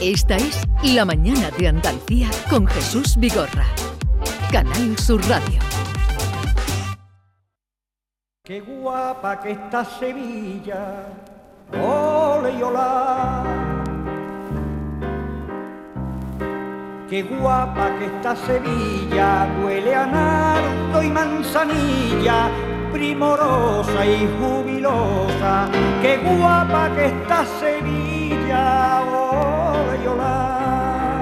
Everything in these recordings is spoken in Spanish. Esta es La Mañana de Andalucía con Jesús Vigorra. Canal Sur Radio. Qué guapa que está Sevilla, ole y olá. Qué guapa que está Sevilla, huele a nardo y manzanilla, primorosa y jubilosa. Qué guapa que está Sevilla, ole y olá.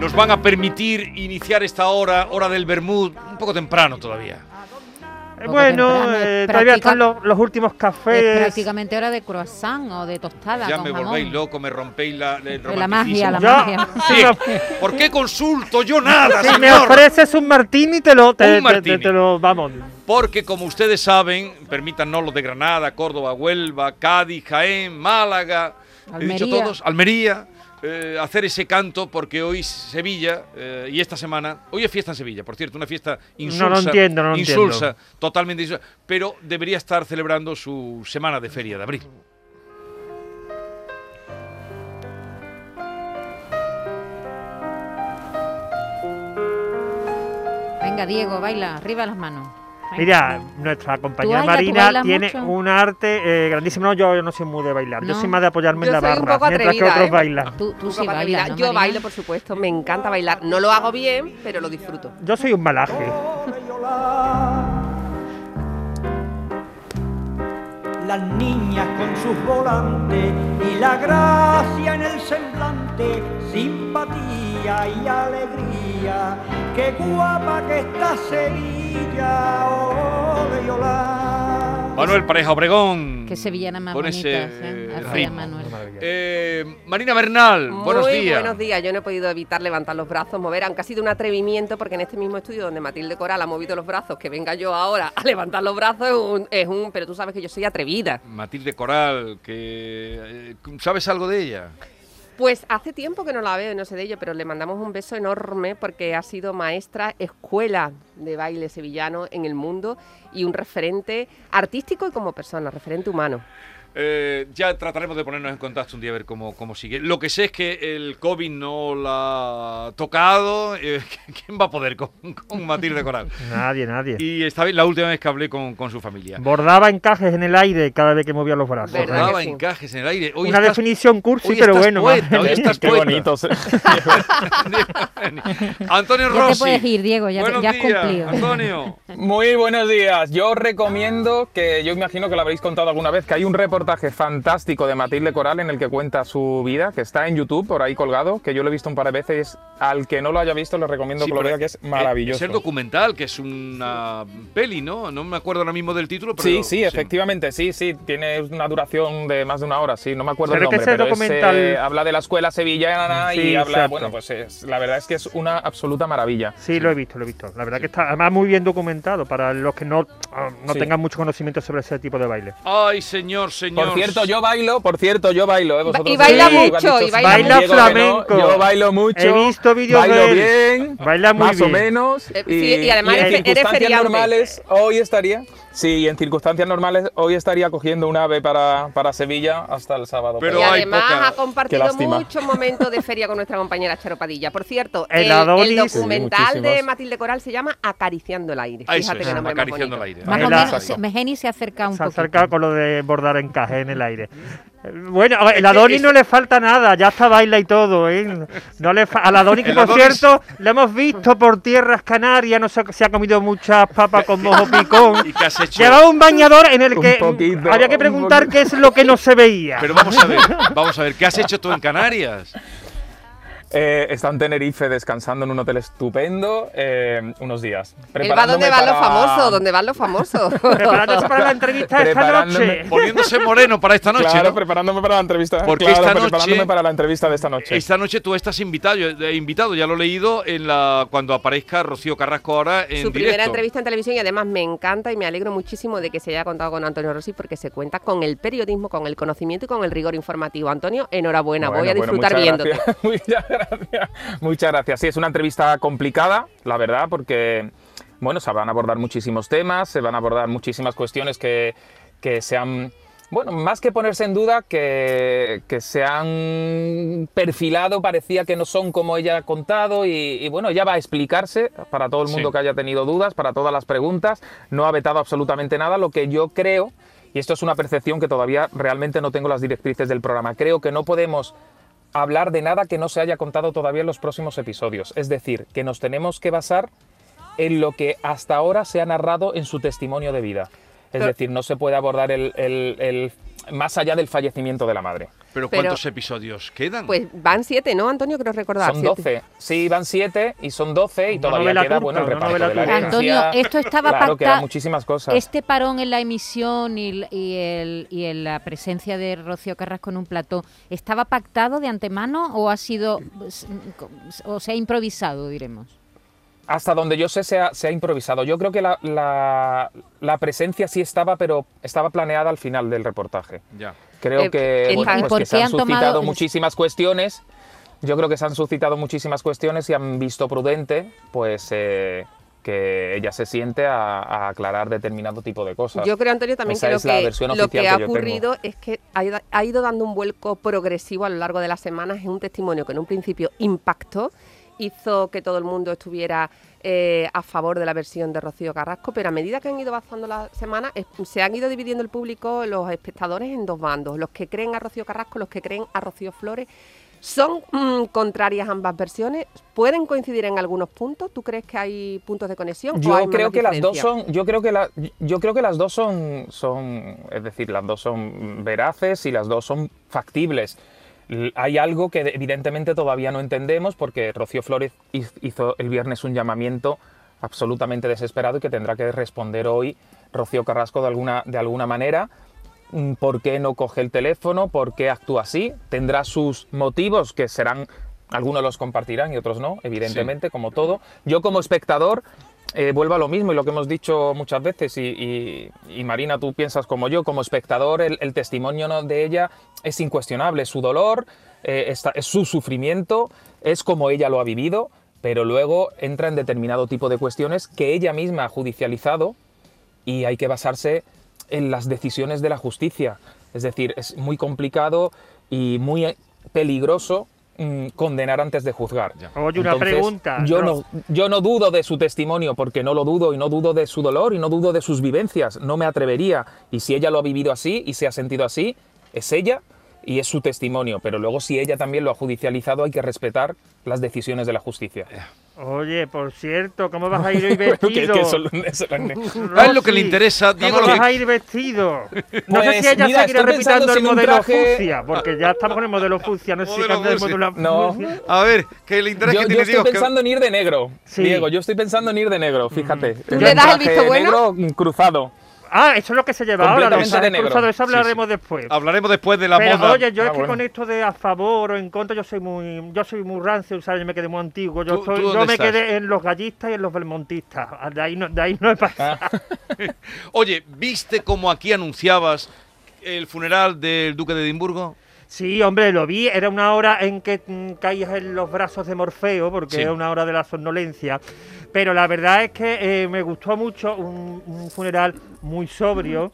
Nos van a permitir iniciar esta hora, hora del Bermud, un poco temprano todavía. Eh, Poco Bueno, temprano, es eh, todavía práctica- están los, los últimos Es cafés. prácticamente hora de croissant o de tostada ya con me jamón. volvéis loco, me rompéis la, el la magia, romanticismo. la Yo- magia. si Sí, me- ¿Por qué consulto yo nada, si me señor? ofreces un martini, te lo, te, Un te- martini. te- te lo vamos. Porque como ustedes saben, permítanos los de Granada, Córdoba, Huelva, Cádiz, Jaén, Málaga, he dicho Almería. todos, Almería, eh, hacer ese canto porque hoy Sevilla eh, y esta semana, hoy es fiesta en Sevilla, por cierto, una fiesta insulsa, entiendo, no lo insulsa, entiendo. totalmente insulsa, pero debería estar celebrando su semana de feria de abril. Venga, Diego, baila, arriba las manos. Venga. Mira, nuestra compañera bailas, tú Marina bailas tiene mucho. un arte eh, grandísimo. No, yo, yo no soy muy de bailar. Yo No. soy más de apoyarme en la Yo soy un barra, poco mientras que atrevida, otros ¿eh? bailan. Tú, tú sí Poca bailas, habilidad. ¿no, Yo Marina? bailo, por supuesto, me encanta bailar. No lo hago bien, pero lo disfruto. Yo soy un malaje. Ole y olá. Las niñas con sus volantes y la gracia en el semblante, simpatía y alegría. Qué guapa que está Sevilla, oh, ole y olá. Manuel Pareja Obregón. Qué sevillana más con bonita. ese, ¿eh? eh, Así ritmo. es, Manuel. Eh, Marina Bernal, buenos Muy días. buenos días. Yo no he podido evitar levantar los brazos, mover, aunque ha sido un atrevimiento, porque en este mismo estudio donde Matilde Coral ha movido los brazos, que venga yo ahora a levantar los brazos es un. Es un pero tú sabes que yo soy atrevida. Matilde Coral, que eh, ¿sabes algo de ella? Pues hace tiempo que no la veo y no sé de ello, pero le mandamos un beso enorme porque ha sido maestra escuela de baile sevillano en el mundo y un referente artístico y como persona, referente humano. Eh, ya trataremos de ponernos en contacto un día a ver cómo, cómo sigue. Lo que sé es que el COVID no la ha tocado. eh, ¿Quién va a poder con, con Matilde Coral? Nadie, nadie. Y esta vez la última vez que hablé con, con su familia. Bordaba encajes en el aire cada vez que movía los brazos. Verdad ¿eh? Bordaba que sí. encajes en el aire. Hoy Una estás- definición cursi, hoy pero estás bueno. poeta, más- hoy estás Qué poeta. bonito. eh. se- Antonio Ya te Rossi. puedes ir, Diego, ya te- Buenos ya has días, cumplido. Antonio. Eh, Muy buenos días. Yo os recomiendo que, yo imagino que lo habréis contado alguna vez, que hay un reportaje fantástico de Matilde Coral en el que cuenta su vida, que está en YouTube por ahí colgado, que yo lo he visto un par de veces. Al que no lo haya visto, le recomiendo Sí, que lo pero eh, vea, que es Es maravilloso. el documental, que es una peli, ¿no? No me acuerdo ahora mismo del título, pero. Sí, sí, efectivamente, sí, sí. Tiene una duración de más de una hora, sí. No me acuerdo Se el ve que nombre, ese pero es, documental- eh, habla de la escuela sevillana Sí, y habla, exacto. bueno, pues es- la verdad es que es una absoluta maravilla. Sí, lo he visto, lo he visto. La verdad que está además muy bien documentado para los que no, ah, no Sí. tengan mucho conocimiento sobre ese tipo de baile. Ay, señor, señor. Por cierto, yo bailo, por cierto, yo bailo. ¿eh? Vosotros y baila habéis mucho, dicho y baila Diego mucho. que no, flamenco. yo bailo mucho. He visto vídeos Bailo de él. bien. Baila muy más o bien. menos. Eh, sí, y además eres- en eres circunstancias feriante. normales hoy estaría. Sí, en circunstancias normales hoy estaría cogiendo un ave para, para Sevilla hasta el sábado. Pero y hay además poca- ha Qué compartido lástima. muchos momentos de feria con nuestra compañera Charo Padilla. Por cierto, El el, el Adonis. documental Sí, de muchísimas. Matilde Coral se llama Acariciando el aire. Ahí Fíjate se- que nombre más acariciando el bonito. aire. Más o Baila- menos, se- Mejeni se acerca Ah, un Se poco. acerca con lo de bordar encajes en el aire. Eh, Bueno, a ver, el Adonis no le falta nada, ya está baila y todo, ¿eh? No le fa- al Adonis, que El por Adonis- cierto, lo hemos visto por tierras canarias, no sé, se ha comido muchas papas con mojo ¿Y picón. qué has hecho? Llevaba un bañador en el Un que poquito, había que un preguntar poquito. qué es lo que no se veía. Pero vamos a ver, vamos a ver, ¿qué has hecho tú en Canarias? Eh, está en Tenerife descansando en un hotel estupendo eh, unos días. Él va donde Preparándome van los para- famosos, donde van los famosos. Preparándose para la entrevista esta Preparándome. noche. Poniéndose moreno para esta noche. Claro, ¿no? preparándome para la entrevista. Porque claro, esta preparándome noche- para la entrevista de esta noche. Esta noche tú estás invitado, eh, invitado, ya lo he leído en la cuando aparezca Rocío Carrasco ahora en Su directo. primera entrevista en televisión y además me encanta y me alegro muchísimo de que se haya contado con Antonio Rossi porque se cuenta con el periodismo, con el conocimiento y con el rigor informativo. Antonio, enhorabuena, voy a Bueno, bueno, disfrutar muchas viéndote. gracias, muchas gracias. Muchas gracias. Sí, es una entrevista complicada, la verdad, porque bueno, se van a abordar muchísimos temas, se van a abordar muchísimas cuestiones que, que se han bueno, más que ponerse en duda, que, que se han perfilado, parecía que no son como ella ha contado y, y bueno, ya va a explicarse para todo el mundo Sí. que haya tenido dudas, para todas las preguntas, no ha vetado absolutamente nada, lo que yo creo, y esto es una percepción que todavía realmente no tengo las directrices del programa, creo que no podemos hablar de nada que no se haya contado todavía en los próximos episodios, es decir, que nos tenemos que basar en lo que hasta ahora se ha narrado en su testimonio de vida. Es Pero- decir, no se puede abordar el, el- el- más allá del fallecimiento de la madre. Pero Pero- ¿cuántos episodios quedan? Pues van siete, ¿no, Antonio? Creo recordar. son siete. 12. Sí, van 7 y son 12 y Una todavía novela queda turca, bueno el una reparto novela de la turca. herencia. Antonio, esto estaba Claro, quedan pactado. muchísimas cosas. Este parón en la emisión y, l- y el- y en la presencia de Rocío Carrasco en un plató, ¿estaba pactado de antemano o ha sido s- o se ha improvisado, diremos? Hasta donde yo sé se ha, se ha improvisado. Yo creo que la, la- la presencia sí estaba, pero estaba planeada al final del reportaje. Ya. Creo Eh, que, ¿y bueno, por pues que qué se han han tomado suscitado el- muchísimas cuestiones. Yo creo que se han suscitado muchísimas cuestiones y han visto prudente, pues eh, que ella se siente a, a aclarar determinado tipo de cosas. Yo creo, Antonio, también Esa creo es la que versión lo que oficial ha que yo ocurrido es que ha ido, ha ido dando un vuelco progresivo a lo largo de las semanas. Es un testimonio que en un principio impactó, hizo que todo el mundo estuviera eh, a favor de la versión de Rocío Carrasco, pero a medida que han ido avanzando las semanas, es- se han ido dividiendo el público, los espectadores, en dos bandos. Los que creen a Rocío Carrasco, los que creen a Rocío Flores. Son mm, contrarias ambas versiones, pueden coincidir en algunos puntos. ¿Tú crees que hay puntos de conexión? o hay Yo más creo que las dos diferencias? son, yo creo que la- yo creo que las dos son, son, es decir, las dos son veraces y las dos son factibles. L- Hay algo que evidentemente todavía no entendemos porque Rocío Flores hiz- hizo el viernes un llamamiento absolutamente desesperado y que tendrá que responder hoy Rocío Carrasco de alguna, de alguna manera. Mm, por qué no coge el teléfono, por qué actúa así. Tendrá sus motivos que serán, algunos los compartirán y otros no, evidentemente, como todo. Yo como espectador eh, vuelvo a lo mismo y lo que hemos dicho muchas veces y, y- y, Marina, tú piensas como yo, como espectador el, el testimonio ¿no? de ella es incuestionable, es su dolor, eh, está- es su sufrimiento, es como ella lo ha vivido. Pero luego entra en determinado tipo de cuestiones que ella misma ha judicializado y hay que basarse en las decisiones de la justicia. Es decir, es muy complicado y muy eh, peligroso mm, condenar antes de juzgar. Ya. Oye, una Entonces, pregunta. Yo Ro- no, yo no dudo de su testimonio, porque no lo dudo, y no dudo de su dolor, y no dudo de sus vivencias. No me atrevería. Y si ella lo ha vivido así y se ha sentido así, es ella y es su testimonio. Pero luego, si ella también lo ha judicializado, hay que respetar las decisiones de la justicia. Oye, por cierto, ¿cómo vas a ir hoy Que- que vestido? eso lo- eso lo- Ah, es lo que le interesa, ¿Cómo Diego, lo vas que- a ir vestido? No sé Pues, si ella mira, seguirá estoy repitiendo pensando el si en un modelo traje- fucsia, porque ya estamos con el modelo fucsia, no sé si Modelo cambia el fucsia. modelo No. fucsia. A ver, que le interesa Yo, que yo tiene estoy Diego. que- pensando en ir de negro, Sí. Diego. Yo estoy pensando en ir de negro, fíjate. ¿Tú Es le un das el traje visto bueno? negro mm, cruzado. Ah, eso es lo que se lleva ahora, los Completamente trajes de negro. cruzados, eso Sí, sí. hablaremos después. Hablaremos después de la Pero moda. oye, yo Ah, es que bueno. con esto de a favor o en contra, yo soy muy, yo soy muy rancio, ¿sabes? Yo me quedé muy antiguo. Yo, ¿Tú- soy- tú yo dónde me estás? quedé en los gallistas y en los belmontistas. Ah, De ahí no, de ahí no he pasado. Oye, ¿viste cómo aquí anunciabas el funeral del duque de Edimburgo? Sí, hombre, lo vi. Era una hora en que mm, caías en los brazos de Morfeo, porque Sí. era una hora de la somnolencia. Pero la verdad es que eh, me gustó mucho un, un funeral muy sobrio.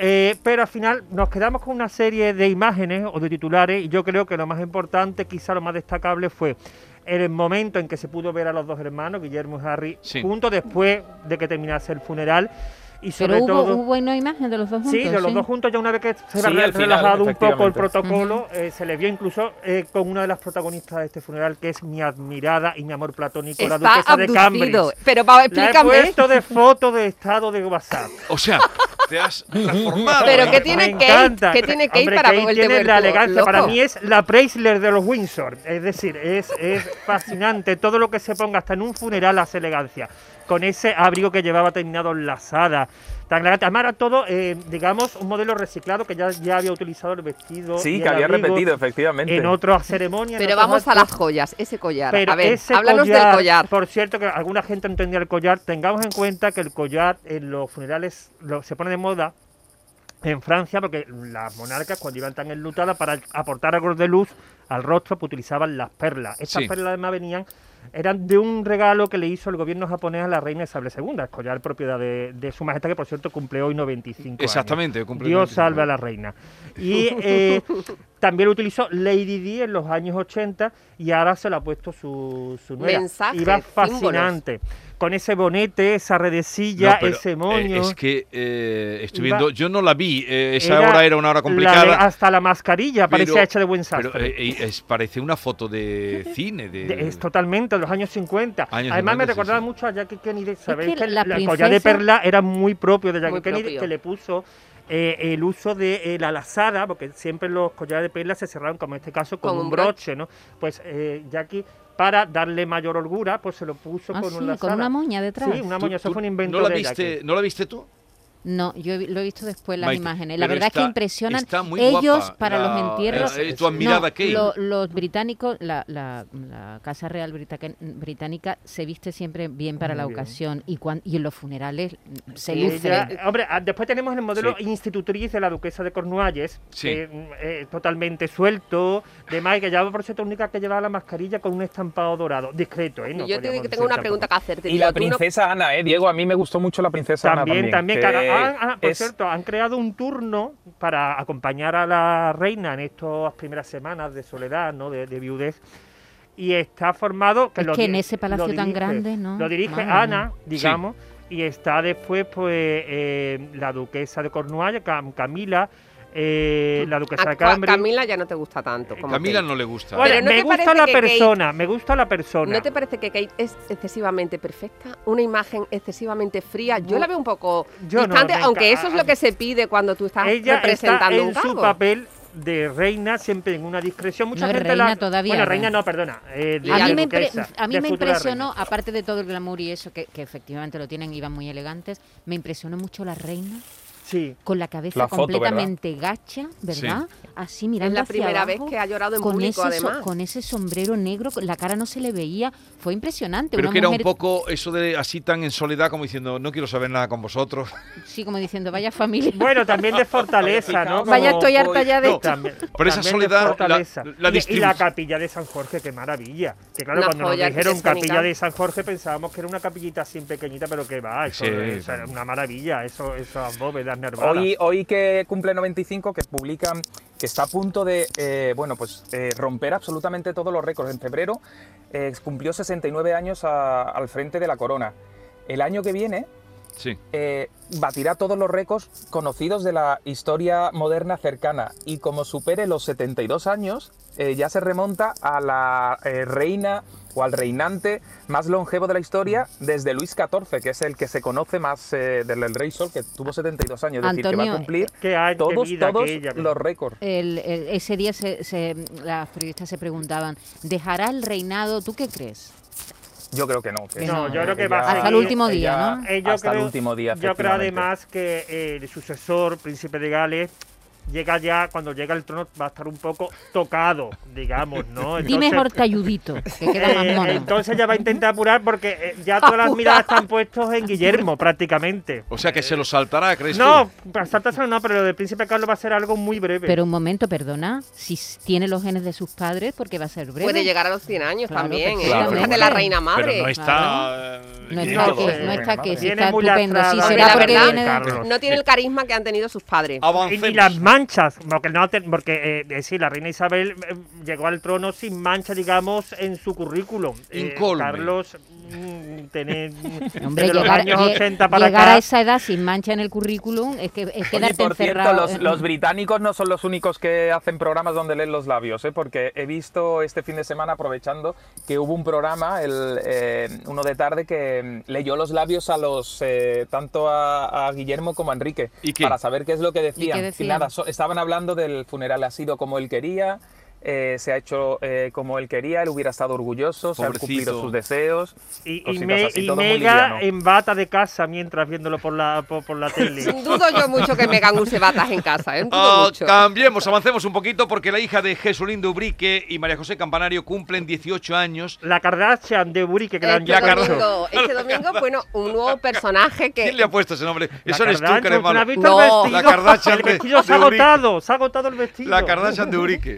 Eh, pero al final nos quedamos con una serie de imágenes o de titulares y yo creo que lo más importante, quizá lo más destacable fue el momento en que se pudo ver a los dos hermanos, Guillermo y Harry, Sí. juntos después de que terminase el funeral y sobre Pero hubo, todo... hubo una imagen de los dos juntos. Sí, de los dos juntos, ya una vez que se Sí, ha al final, relajado un poco el efectivamente. protocolo, eh, se les vio incluso eh, con una de las protagonistas de este funeral, que es mi admirada y mi amor platónico, la Está duquesa de abducido. Cambridge. Pero va, La he explícame. puesto de foto de estado de WhatsApp. O sea, te has transformado. Pero ¿eh? que tiene Me Kate, encanta. que tiene Kate Hombre, para Kate volverte tiene la vuelto elegancia. loco. Para mí es la Preisler de los Windsor. Es decir, es, es fascinante. Todo lo que se ponga hasta en un funeral hace elegancia. Con ese abrigo que llevaba terminado lazada. Tan elegante. Además era todo, eh, digamos, un modelo reciclado que ya, ya había utilizado el vestido. y Sí, el que había abrigo repetido, efectivamente. En otras ceremonias. en Pero otros vamos a actos. las joyas, ese collar. Pero a ver, ese Pues háblanos del collar. Por cierto, que alguna gente no entendía el collar. Tengamos en cuenta que el collar en los funerales lo- se pone de moda en Francia porque las monarcas cuando iban tan enlutadas para aportar algo de luz al rostro pues, utilizaban las perlas. Estas Sí. perlas además venían eran de un regalo que le hizo el gobierno japonés a la reina Isabel II, el collar propiedad de, de su majestad, que por cierto cumple hoy 95 años. Exactamente, cumple Dios 95. salve a la reina. Y eh, también lo utilizó Lady Di en los años 80 y ahora se lo ha puesto su, su nuera. Mensajes, y va fascinante. Con ese bonete, esa redecilla, No, pero, ese eh, moño. es que eh, estoy Iba- viendo, yo no la vi, eh, esa Era hora era una hora la de- complicada. hasta la mascarilla pero- parecía hecha de buen Pero sastre. eh, eh, es- parece una foto de cine. De, De- es totalmente de los años 50. Eh, Años Además, 50, me sí, recordaba sí. mucho a Jackie Kennedy. Sabéis que que, la la, collar de princesa- perla era muy propio de Jackie Muy Kennedy, propio. que le puso eh, el uso de eh, la lazada, porque siempre los collares de perla se cerraron, como en este caso, con, Con un, un broche, ¿no? Pues eh, Jackie, para darle mayor holgura, pues se lo puso Ah, con sí, una lazada. con una moña detrás. Sí, una ¿Tú- moña, eso tú fue un invento ¿no la de viste, Jackie. ¿No la viste tú? No, yo he vi- lo he visto después las Maite, imágenes. La pero verdad es está- que impresionan está muy ellos guapa para la- los entierros. eh, eh, tu admirada No, Kate. lo- los británicos, la, la- la Casa Real Britaca- británica se viste siempre bien para Muy la bien. ocasión y, cuan- y en los funerales mm, se Y ella- lucen. hombre, ah, después tenemos el modelo Sí. institutriz de la duquesa de Cornualles, Sí. que, mm, eh, totalmente suelto, demás, y que llevaba por cierto única que llevaba la mascarilla con un estampado dorado, discreto, ¿eh? No yo te- podríamos tengo decir una tampoco. pregunta que hacerte. Y la Digo, tú no- princesa Ana, eh, Diego, a mí me gustó mucho la princesa También, Ana también, que también. que haga- ah, ah, por es- cierto, han creado un turno para acompañar a la reina en estas primeras semanas de soledad, ¿no? De, de viudez. Y está formado. Que Es lo que en di- ese palacio lo tan dirige- grande, ¿no? Lo dirige Madre Ana, mía. digamos, y está después, pues, eh, la duquesa de Cornualla, Cam- Camila, eh, la a- duquesa de a Cambridge. Camila ya no te gusta tanto. Como Camila Kate. no le gusta. Bueno, Pero ¿no me te gusta parece la que Kate- persona, me gusta la persona. ¿No te parece que Kate es excesivamente perfecta? Una imagen excesivamente fría. Yo Bu- la veo un poco Yo no, distante, me aunque enca- eso es lo que se pide cuando tú estás ella está representando en un su cargo. papel de reina siempre en una discreción mucha No es gente reina la todavía, bueno ¿no? reina no perdona eh, de- A mí de me, impre- duquesa, a mí de me futura impresionó, reina. aparte de todo el glamour y eso, que, que efectivamente lo tienen, iban muy elegantes, me impresionó mucho la reina sí con la cabeza La foto, completamente gacha, ¿verdad? Así mirando Es la hacia primera abajo, vez que ha llorado en con público, ese so- además. con ese sombrero negro, con- la cara no se le veía, fue impresionante. Pero una que era un mujer- poco eso de así tan en soledad como diciendo, no quiero saber nada con vosotros. Sí, como diciendo, vaya familia. bueno también de fortaleza no Fijaos, Vaya, Como- estoy harta ya de no, esto. también- Por esa también de soledad, la- fortaleza. la Y- y, la distinción. capilla de San Jorge, qué maravilla. Que claro, Una cuando nos joya dijeron arquitectónica. capilla de San Jorge pensábamos que era una capillita así pequeñita, pero que va, eso, Sí. eso era una maravilla, eso, esas bóvedas nervadas. Hoy, hoy que cumple 95, que publican que está a punto de eh, bueno pues eh, romper absolutamente todos los récords. En febrero eh, cumplió 69 años a- al frente de la corona. El año que viene Sí. eh, batirá todos los récords conocidos de la historia moderna cercana y como supere los 72 años eh, ya se remonta a la eh, reina o al reinante más longevo de la historia desde Luis XIV, que es el que se conoce más eh, del del rey Sol, que tuvo 72 años, es decir, que va Antonio, a cumplir eh, qué año, qué todos, vida todos aquella, los récords. El- el- ese día se- se- las periodistas se preguntaban, ¿dejará el reinado? ¿Tú qué crees? Yo creo que no. eh, que No, yo creo que va a ella- Hasta el último día, ella- ¿no? Eh, yo hasta el creo- último día, Yo creo efectivamente. además que eh, el sucesor, príncipe de Gales, llega ya, cuando llega el trono, va a estar un poco tocado, digamos, ¿no? Dime Hortayudito, que queda más eh, mono. entonces ya va a intentar apurar porque eh, ya todas las miradas están puestas en Guillermo, prácticamente. O sea que se lo saltará, ¿crees No, tú? bastante no, pero lo del príncipe Carlos va a ser algo muy breve. Pero un momento, perdona, si s- tiene los genes de sus padres, porque va a ser breve. Puede llegar a los 100 años Claro, también, ¿eh? perfectamente. Fíjate la Claro. reina madre. Pero no está... eh, Guillermo No está Viene que, II. no está que, sí, Viene está muy estupendo. Sí, lastrada, será la porque verdad, viene de- Carlos. No tiene el carisma que han tenido sus padres. Ah, Y Avancemos. ni las manchas, porque, no te- porque eh, eh, sí, la reina Isabel eh, llegó al trono sin mancha, digamos, en su currículum. Eh, Incolme. Carlos, mm, tener Hombre, desde los llegar, años lle- 80 para llegar acá. a esa edad sin mancha en el currículum es que es Oye, quedarte por cierto, encerrado. los, en- los británicos no son los únicos que hacen programas donde leen los labios, ¿eh? porque he visto este fin de semana, aprovechando, que hubo un programa, el, eh, uno de tarde, que mm, leyó los labios a los eh, tanto a, a Guillermo como a Enrique, ¿Y qué? para saber qué es lo que decían. qué decían? nada, so- estaban hablando del funeral, ha sido como él quería, eh, se ha hecho eh, como él quería, él hubiera estado orgulloso, se han Pobrecito. cumplido sus deseos. Y, y, Pues cositas me- así, y todo muy liviano. Mega en bata de casa mientras viéndolo por la, por, por la tele. Dudo yo mucho que Megan use batas en casa, ¿eh? Dudo Ah, mucho. cambiemos, avancemos un poquito porque la hija de Jesulín de Ubrique y María José Campanario cumplen 18 años. la Kardashian de Burique que la han Este Ya, Carlos. llamado. domingo, este domingo, bueno, un nuevo personaje que ¿Quién le ha puesto ese nombre? La Eso eres tú, Kardashian, que eres ¿tú no malo. has visto el No, vestido? la Kardashian el de- vestido se de ha Urique. agotado, se ha agotado el vestido. La Kardashian de Urique.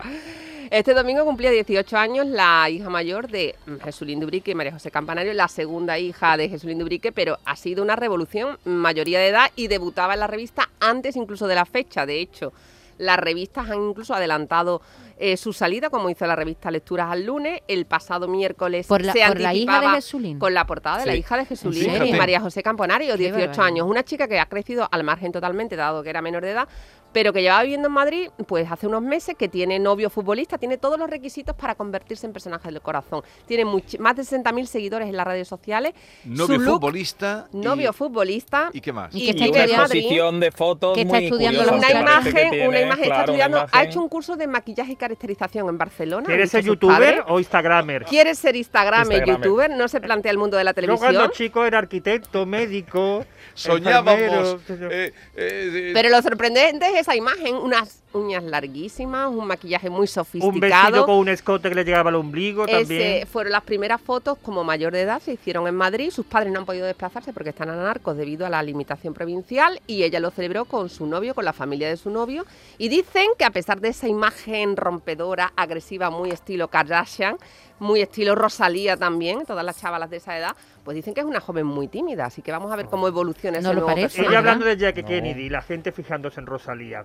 Este domingo cumplía 18 años la hija mayor de mm, Jesulín Dubrique y María José Campanario, la segunda hija de Jesulín Dubrique, pero ha sido una revolución, mayoría de edad, y debutaba en la revista antes incluso de la fecha, de hecho. Las revistas han incluso adelantado eh, su salida, como hizo la revista Lecturas al lunes. El pasado miércoles Por la- se por la hija de anticipaba Jesulín. Con la portada de la Sí. hija de Jesulín serio? y María José Campanario, Qué 18 barbaridad. años. Una chica que ha crecido al margen totalmente, dado que era menor de edad, pero que llevaba viviendo en Madrid pues hace unos meses, que tiene novio futbolista, tiene todos los requisitos para convertirse en personaje del corazón. Tiene much- más de 60.000 seguidores en las redes sociales. Novio Su look- futbolista. y- Novio futbolista. ¿Y qué más? Y y que está Y una de estudiando. Madrid. exposición de fotos que está muy estudiando curiosa, los Una Bastante parece que imagen, tiene, una imagen está claro, una estudiando. Ha imagen. hecho un curso de maquillaje y caracterización en Barcelona. han ¿Quieres dicho ser sus youtuber padres. o instagramer? ¿Quieres ser Instagram y Instagramer. youtuber? No se plantea el mundo de la Yo cuando televisión. chico era arquitecto, médico, Soñábamos. enfermero, eh, eh, Pero lo sorprendente es esa imagen, unas uñas larguísimas, un maquillaje muy un vestido sofisticado. con un escote que le llegaba al ombligo Ese- también. fueron las primeras fotos como mayor de edad, se hicieron en Madrid, sus padres no han podido desplazarse porque están anarcos debido a la limitación provincial y ella lo celebró con su novio, con la familia de su novio y dicen que a pesar de esa imagen rompedora, agresiva, muy estilo Kardashian, muy estilo Rosalía también, todas las chavalas de esa edad, pues dicen que es una joven muy tímida, así que vamos a ver cómo evoluciona ese No lo nuevo parece, personaje. Ajá. Ella hablando de Jack Kennedy, la gente fijándose en Rosalía.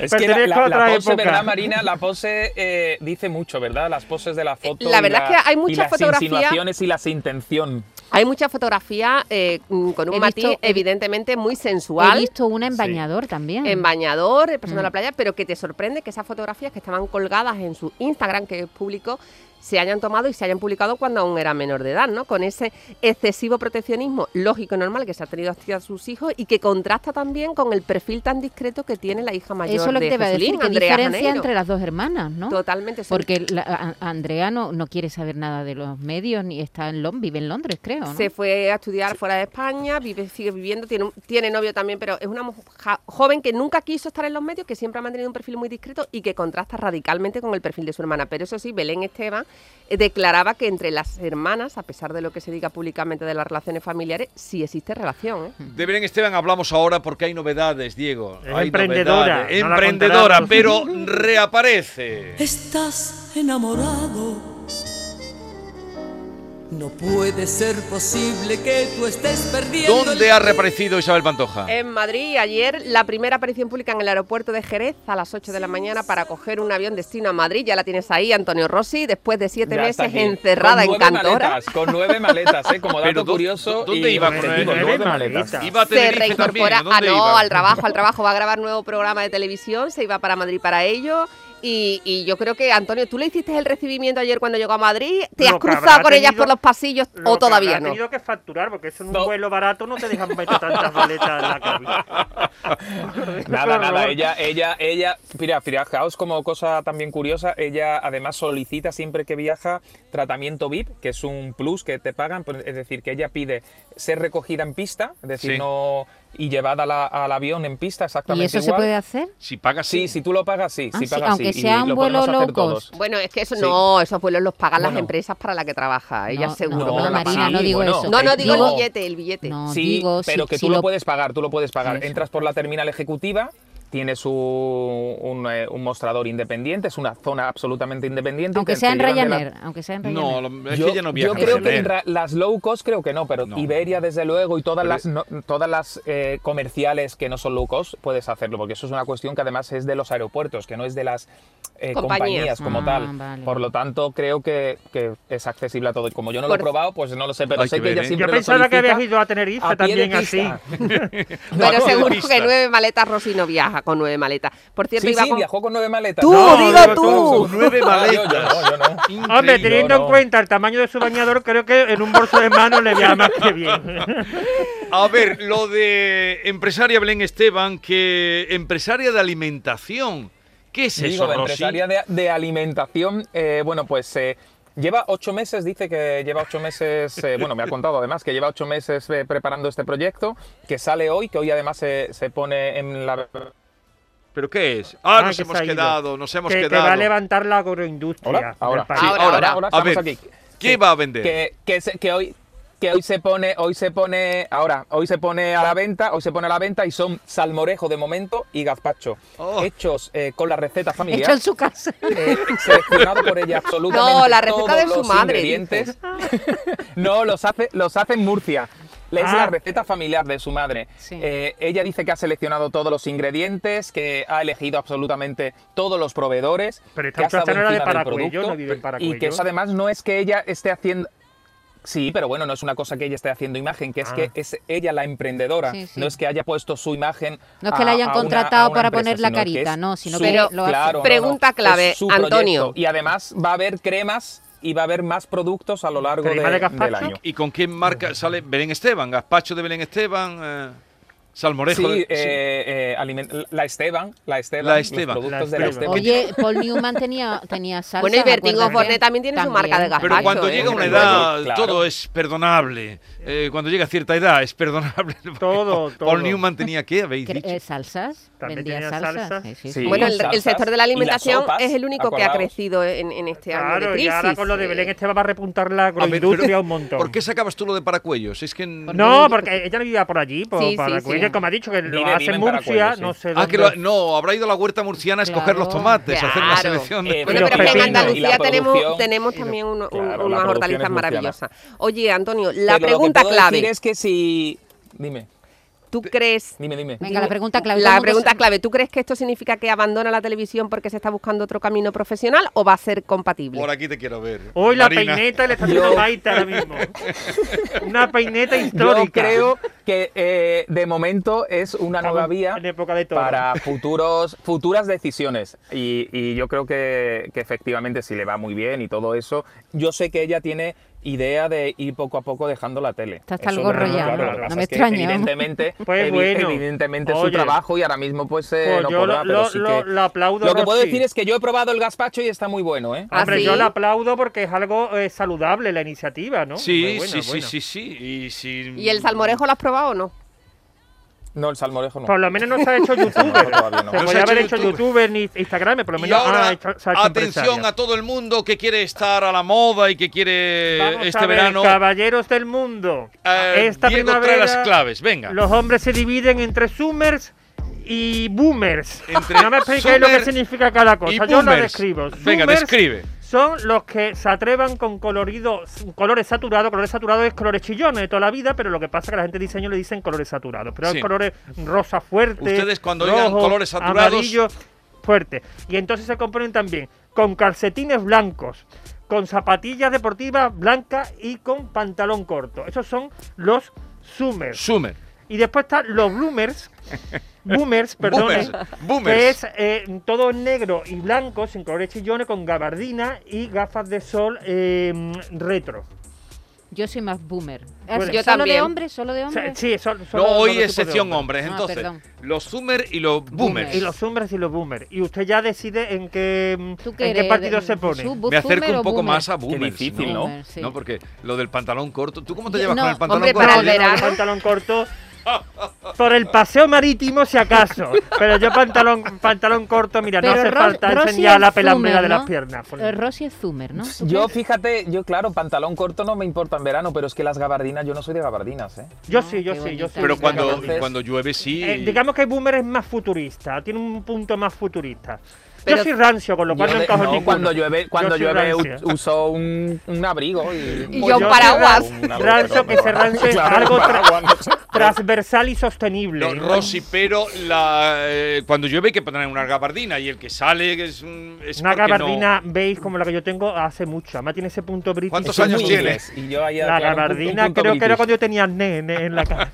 Es que la, Pertenezco a la- la otra pose, época. ¿verdad, Marina? La pose eh, dice mucho, ¿verdad? Las poses de la foto. Eh, la y verdad es que hay y mucha las fotografía- insinuaciones y las intención. Hay mucha fotografía eh, mm, con un He matiz visto- he vi- evidentemente muy He sensual. visto una en Sí. bañador también. en bañador, eh, pasando Mm. la playa, pero que te sorprende que esas fotografías que estaban colgadas en su Instagram, que es público, se hayan tomado y se hayan publicado cuando aún era menor de edad, ¿no? Con ese excesivo proteccionismo lógico y normal que se ha tenido hacia sus hijos y que contrasta también con el perfil tan discreto que tiene la hija mayor Eso es lo que de te iba a decir, Jesulín, que Andrea diferencia Janeiro. entre las dos hermanas, ¿no? Totalmente. son- Porque la- a- a- Andrea no, no quiere saber nada de los medios ni está en Londres, vive en Londres, creo. ¿no? Se fue a estudiar fuera de España, vive, sigue viviendo, tiene, un- tiene novio también, pero es una mo- ja- joven que nunca quiso estar en los medios, que siempre ha mantenido un perfil muy discreto y que contrasta radicalmente con el perfil de su hermana. Pero eso sí, Belén Esteban eh, declaraba que entre las hermanas, a pesar de lo que se diga públicamente de las relaciones familiares, sí existe relación. ¿eh? De Belén Esteban hablamos ahora porque hay novedades, Diego. Es Hay emprendedora, novedades. no la emprendedora, contará. pero reaparece. Estás enamorado. No puede ser posible que tú estés perdiendo. el- ¿Dónde ha reaparecido Isabel Pantoja? En Madrid, ayer, la primera aparición pública en el aeropuerto de Jerez a las 8 de la mañana para coger un avión destino a Madrid. Ya la tienes ahí, Antonio Rossi, después de siete Ya está meses aquí. encerrada Con en nueve Cantora. Maletas, con nueve maletas, ¿eh? Como dato Pero ¿dó- curioso. dónde y iba con objetivo, nueve nueve maletas? maletas. Iba a se Tenerife también. reincorpora ¿o ah dónde no iba? al trabajo al trabajo va a grabar nuevo programa de televisión se iba para Madrid para ello y, y yo creo que Antonio tú le hiciste el recibimiento ayer cuando llegó a Madrid te Lo has que cruzado habrá con ellas tenido- por los pasillos Lo o que todavía habrá no tenido que facturar, porque eso en un No. vuelo barato no te dejan meter tantas maletas en la cabina. Nada, nada, horror. ella, ella, ella, mira, fijaos como cosa también curiosa, ella además solicita siempre que viaja tratamiento VIP, que es un plus que te pagan, pues, es decir, que ella pide ser recogida en pista, es decir, Sí. no y llevada a la- al avión en ¿Y pista exactamente eso se igual. puede hacer? Si pagas, Sí, si tú lo pagas, sí, Ah, si sí, pagas, aunque sí, y sea un lo podemos vuelo hacer low todos. cost. bueno es que eso Sí. no esos vuelos los pagan las Bueno. empresas para la que trabaja ellas No, no, seguro que no, la Marina, pagan. no digo bueno, eso. no no digo no. el billete el billete No, sí, digo, si- pero que si tú lo lo- puedes pagar, tú lo puedes pagar. Eso. Entras por la terminal ejecutiva, tienes un, un, eh, un mostrador independiente, es una zona absolutamente independiente. Aunque te- sea te en llevan de la- Ryanair, aunque sea en Ryanair. No, lo- es yo, que ya no viaja. ¿eh? yo creo que en ra- las low cost creo que no, pero No. Iberia desde luego y todas Pero- las no- todas las eh, comerciales que no son low cost puedes hacerlo, porque eso es una cuestión que además es de los aeropuertos, que no es de las eh, Compañías. compañías. como Ah, tal. vale. Por lo tanto, creo que, que es accesible a todo. Y como yo no Por- lo he probado, pues no lo sé, pero Hay sé que que, ver, ella ¿eh? siempre Yo lo pensaba que solicita habías ido a Tenerife a pie de también así. pista. pero Vamos de seguro pista. que nueve maletas Rosy no viaja con nueve maletas por cierto Sí, iba sí, con- viajó con nueve maletas. Tú, No, digo digo tú. tú. Nueve Ah, yo- yo maletas. no, yo no. Increíble. Hombre, teniendo no, no. en cuenta el tamaño de su bañador, creo que en un bolso de mano le veía más que bien. A ver, lo de empresaria Belén Esteban, que empresaria de alimentación. ¿Qué es Digo, eso, la Rosy? empresaria de, de alimentación, eh, bueno, pues eh, lleva ocho meses, dice que lleva ocho meses, eh, bueno, me ha contado además que lleva ocho meses eh, preparando este proyecto, que sale hoy, que hoy además se, se pone en la... ¿Pero qué es? Ah, Ah, nos que hemos se ha ido. quedado, nos hemos que, que quedado. va a levantar la agroindustria. Hola, del ahora, país. Ahora, ahora. A estamos ver, aquí. ¿Qué Sí, va a vender? Que, que, se- que hoy... que hoy se pone, hoy se pone, ahora, hoy se pone a la venta, hoy se pone a la venta y son salmorejo de momento y gazpacho. Oh. Hechos eh, con la receta familiar. Hecho en su casa. eh, seleccionado por ella absolutamente. No, la receta todos de su los madre, ingredientes. no, los hace, los hace en Murcia. Le Es Ah. la receta familiar de su madre. Sí. Eh, ella dice que ha seleccionado todos los ingredientes, que ha elegido absolutamente todos los proveedores. Pero esta que ha muchacha estado no era de encima del Paracuello, no producto, vive en Y que Paracuello. eso además no es que ella esté haciendo. Sí, pero bueno, no es una cosa que ella esté haciendo imagen, que es Ah. que es ella la emprendedora. Sí, sí. No es que haya puesto su imagen. No es que a- la hayan a una- a contratado una para empresa, poner la sino que carita, es no, sino su- que Pero, lo hace. claro, no, pregunta no, clave, es su Antonio. proyecto. Y además va a haber cremas y va a haber más productos a lo largo ¿Crema de- de gazpacho? del año. ¿Y con qué marca sale Belén Esteban? ¿Gazpacho de Belén Esteban? eh, ¿Salmorejo? Sí, de- eh, eh, aliment- la Esteban, la Esteban, La los Esteban. productos La de la Esteban. Esteban. Oye, Paul Newman tenía, tenía salsa. Bueno, y Bertín acuérdate. Osborne también tiene su marca de Pero gazpacho, cuando eh, llega una recuerdo. edad, Claro. todo es perdonable. Eh, cuando llega a cierta edad, es perdonable. Porque Todo, Paul- todo. Paul Newman tenía que, habéis Cre- dicho. eh, ¿Salsas? También ¿Vendía tenía salsas? salsas. Sí, sí, Sí. sí. Bueno, el, salsas el sector de la y las alimentación sopas, es el único que ha acordaos. crecido en, en este año de Claro, y crisis. ahora con lo de eh. Belén Esteban va a repuntar A la ver, Ah, pero agroindustria un montón. ¿Por qué sacabas tú lo de Paracuellos? Es que... n- No, porque ella no vivía por allí, por Sí, sí, Paracuello, sí. como ha dicho, que lo Vive- hace vive en en Murcia, Paracuello, sí. no sé Ah, dónde. que lo- no, habrá ido a la huerta murciana a escoger los Claro. tomates, a hacer la Claro. selección. de- Eh, Bueno, Los pero es que en pepinos y la Andalucía tenemos, producción- tenemos también uno- un- Claro, la unas producción hortalizas es murciana. maravillosas. Oye, Antonio, la Pero lo que pregunta puedo clave, decir es que si... Dime, ¿tú crees dime, dime. Venga, la pregunta clave. todo el La mundo pregunta sabe. clave, ¿tú crees que esto significa que abandona la televisión porque se está buscando otro camino profesional o va a ser compatible? Por aquí te quiero ver. Hoy la Marina. peineta le está haciendo Yo- Maite ahora mismo. Una peineta Yo histórica. creo que eh, de momento es una Estamos nueva vía en época de todo. para futuros, futuras decisiones. Y, y yo creo que, que efectivamente si le va muy bien y todo eso, yo sé que ella tiene idea de ir poco a poco dejando la tele. Está hasta el Eso, gorro ya, claro, ¿no? lo que No pasa me es que extraña. Evidentemente, Pues evi- bueno. evidentemente es su Oye. trabajo y ahora mismo pues, eh, Pues no yo podrá, lo- pero lo- sí lo- que- la aplaudo, Lo que puedo Rosy. decir es que yo he probado el gazpacho y está muy bueno, ¿eh? Ah, Hombre, ¿sí? yo la aplaudo porque es algo eh, saludable la iniciativa, ¿no? Sí, Muy buena, sí, sí, buena. sí, sí, y si- ¿Y el salmorejo lo has probado o no? No, el salmorejo no. Por Pues lo menos no se ha hecho salmorejo youtuber. todavía no. Se No se podía ha haber hecho hecho youtuber. youtuber ni Instagram, por lo Y menos ah, ahora, ha hecho- se ha hecho atención empresaria. a todo el mundo que quiere estar a la moda y que quiere Vamos este a ver, verano. Caballeros del mundo. eh, Esta Diego trae primavera las claves, venga. Los hombres se dividen entre zoomers y boomers. Entre no me expliquéis lo que zoomers significa cada cosa. y Yo lo boomers. describo. Venga, Zoomers describe. Son los que se atrevan con coloridos, colores saturados. Colores saturados es colores chillones de toda la vida, pero lo que pasa es que la gente de diseño le dicen colores saturados. Pero Sí. hay colores rosa fuerte. Ustedes cuando oigan rojo, colores saturados- amarillo, fuerte. Y entonces se componen también con calcetines blancos, con zapatillas deportivas blancas y con pantalón corto. Esos son los zoomers. Sumer. Y después están los bloomers. Boomers, perdón. Boomers, boomers. Que es eh, todo en negro y blanco, sin colores chillones, con gabardina y gafas de sol eh, retro. Yo soy más boomer. Bueno. yo Yo ¿Solo de también. hombres? ¿Solo de O sea, hombres? sí, son, son No, los- hoy es los tipos de sección hombres. hombres, Ah, entonces. perdón. los Sumer y los Boomers. Y los zoomers y los boomers. Y usted ya decide en qué, mm, ¿Tú en qué qué eres? partido se pone. ¿Su- Me acerco Pues boomer un o poco boomer? más a Boomers. difícil, ¿no? ¿no? Boomer, sí. No, porque lo del pantalón corto. ¿Tú cómo te Yo- llevas con no, el pantalón hombre, corto? para el Yo tengo verano. pantalón corto. Por el paseo marítimo, si acaso. Pero yo pantalón pantalón corto, mira, no Pero hace Ro- falta Rosy enseñar es la pelambrera zoomer, de las ¿no? piernas. Eh, Rosy es Zumer, ¿no? ¿Tú Yo, crees? fíjate, yo, claro, pantalón corto no me importa en verano, pero es que las gabardinas, yo no soy de gabardinas, ¿eh? Yo Ah, sí, yo qué sí, yo bonita. sí. Pero Sí, cuando, claro. Entonces- cuando llueve sí. Eh, digamos que Boomer es más futurista, tiene un punto más futurista. Pero- yo soy rancio, con lo cual Yo no de- encajo en no, ninguno. cuando llueve, cuando soy Pues llueve rancio. u- uso un, un abrigo y, Y yo un sé, paraguas. un algo, Rancio perdón, que se perdón. rance es Claro, algo un tra- paraguas, no sé. transversal y sostenible. No, Rosy, pero la, eh, cuando llueve hay que poner una gabardina y el que sale es, un- es Una porque no- gabardina veis como la que yo tengo hace mucho. Además tiene ese punto british. ¿Cuántos Eso es años muy tiene? inglés, y yo ahí, La claro, un punto- un gabardina punto creo que era british. cuando yo tenía acné en, en la cara.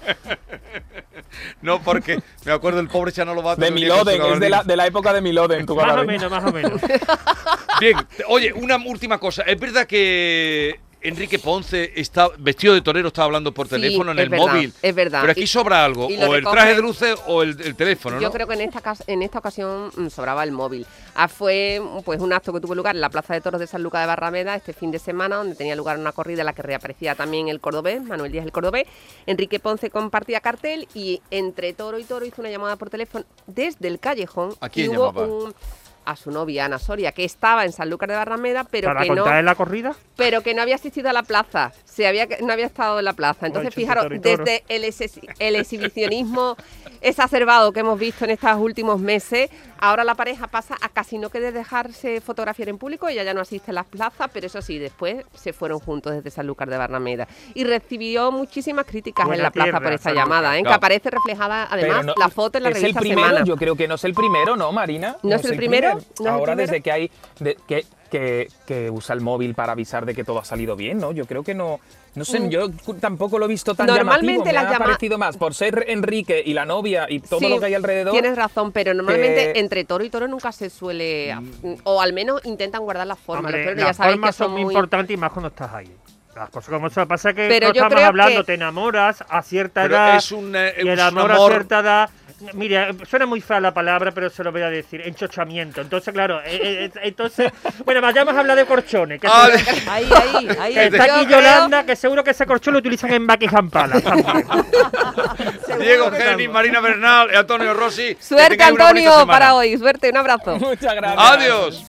No, porque me acuerdo el pobre Chanolo Bato. De Miloden, es de la, de la época de Miloden, tu más o gabardina. menos, más o menos. Bien, te- oye, una última cosa. Es verdad que Enrique Ponce está vestido de torero, estaba hablando por Sí, teléfono en es el verdad, móvil. es verdad. Pero aquí Y- sobra algo, y lo o el recoge- traje de luces o el, el teléfono, ¿no? Yo creo que en esta, cas- en esta ocasión mm, sobraba el móvil. Ah, fue pues, un acto que tuvo lugar en la Plaza de Toros de San Lucas de Barrameda este fin de semana, donde tenía lugar una corrida en la que reaparecía también el cordobés, Manuel Díaz el cordobés. Enrique Ponce compartía cartel y entre toro y toro hizo una llamada por teléfono desde el callejón. ¿A quién y hubo llamaba? un- a su novia, Ana Soria, que estaba en Sanlúcar de Barrameda, pero ¿Para que no contar en la corrida? pero que no había asistido a la plaza, se había, no había estado en la plaza. Entonces, dicho fijaros, Totoro y Toro. desde el, exhi- el exhibicionismo exacerbado que hemos visto en estos últimos meses, ahora la pareja pasa a casi no querer dejarse fotografiar en público, ella ya no asiste a las plazas, pero eso sí, después se fueron juntos desde Sanlúcar de Barrameda. Y recibió muchísimas críticas en Buena la plaza tierra, por esta Sanlúcar. llamada, ¿eh? que Claro. aparece reflejada además Pero no- la foto en la ¿Es el revista primero? Semana. Yo creo que no es el primero, ¿no, Marina? ¿No es el primero? ¿No es el Ahora, primero? desde que hay. de- que, que- que usa el móvil para avisar de que todo ha salido bien, ¿no? Yo creo que no. No sé, yo cu- tampoco lo he visto tan Mm. Normalmente llamativo. las Me ha llama- parecido más por ser Enrique y la novia y todo Sí, lo que hay alrededor. Tienes razón, pero normalmente que- entre toro y toro nunca se suele. O al menos intentan guardar la forma. Hombre, Los toros ya las sabéis Pues que formas son son muy muy. importantes y más cuando estás ahí. Las cosas como son. Pasa que Pero no yo estamos creo hablando, que- te enamoras a cierta Pero edad. es un, eh, y el es un amor, a amor- cierta edad. Mira, suena muy fea la palabra, pero se lo voy a decir. Enchochamiento. Entonces, claro, eh, eh, entonces. Bueno, vayamos a hablar de corchones. Que Ah, seguro- de- Ahí, ahí, ahí. que está yo aquí creo- Yolanda, que seguro que ese corchón lo utilizan en Buckingham Palace. también. Diego Genis, Marina Bernal, Antonio Rossi. que Suerte, tengáis una bonita Antonio, semana. para hoy. Suerte, un abrazo. Muchas gracias. Adiós.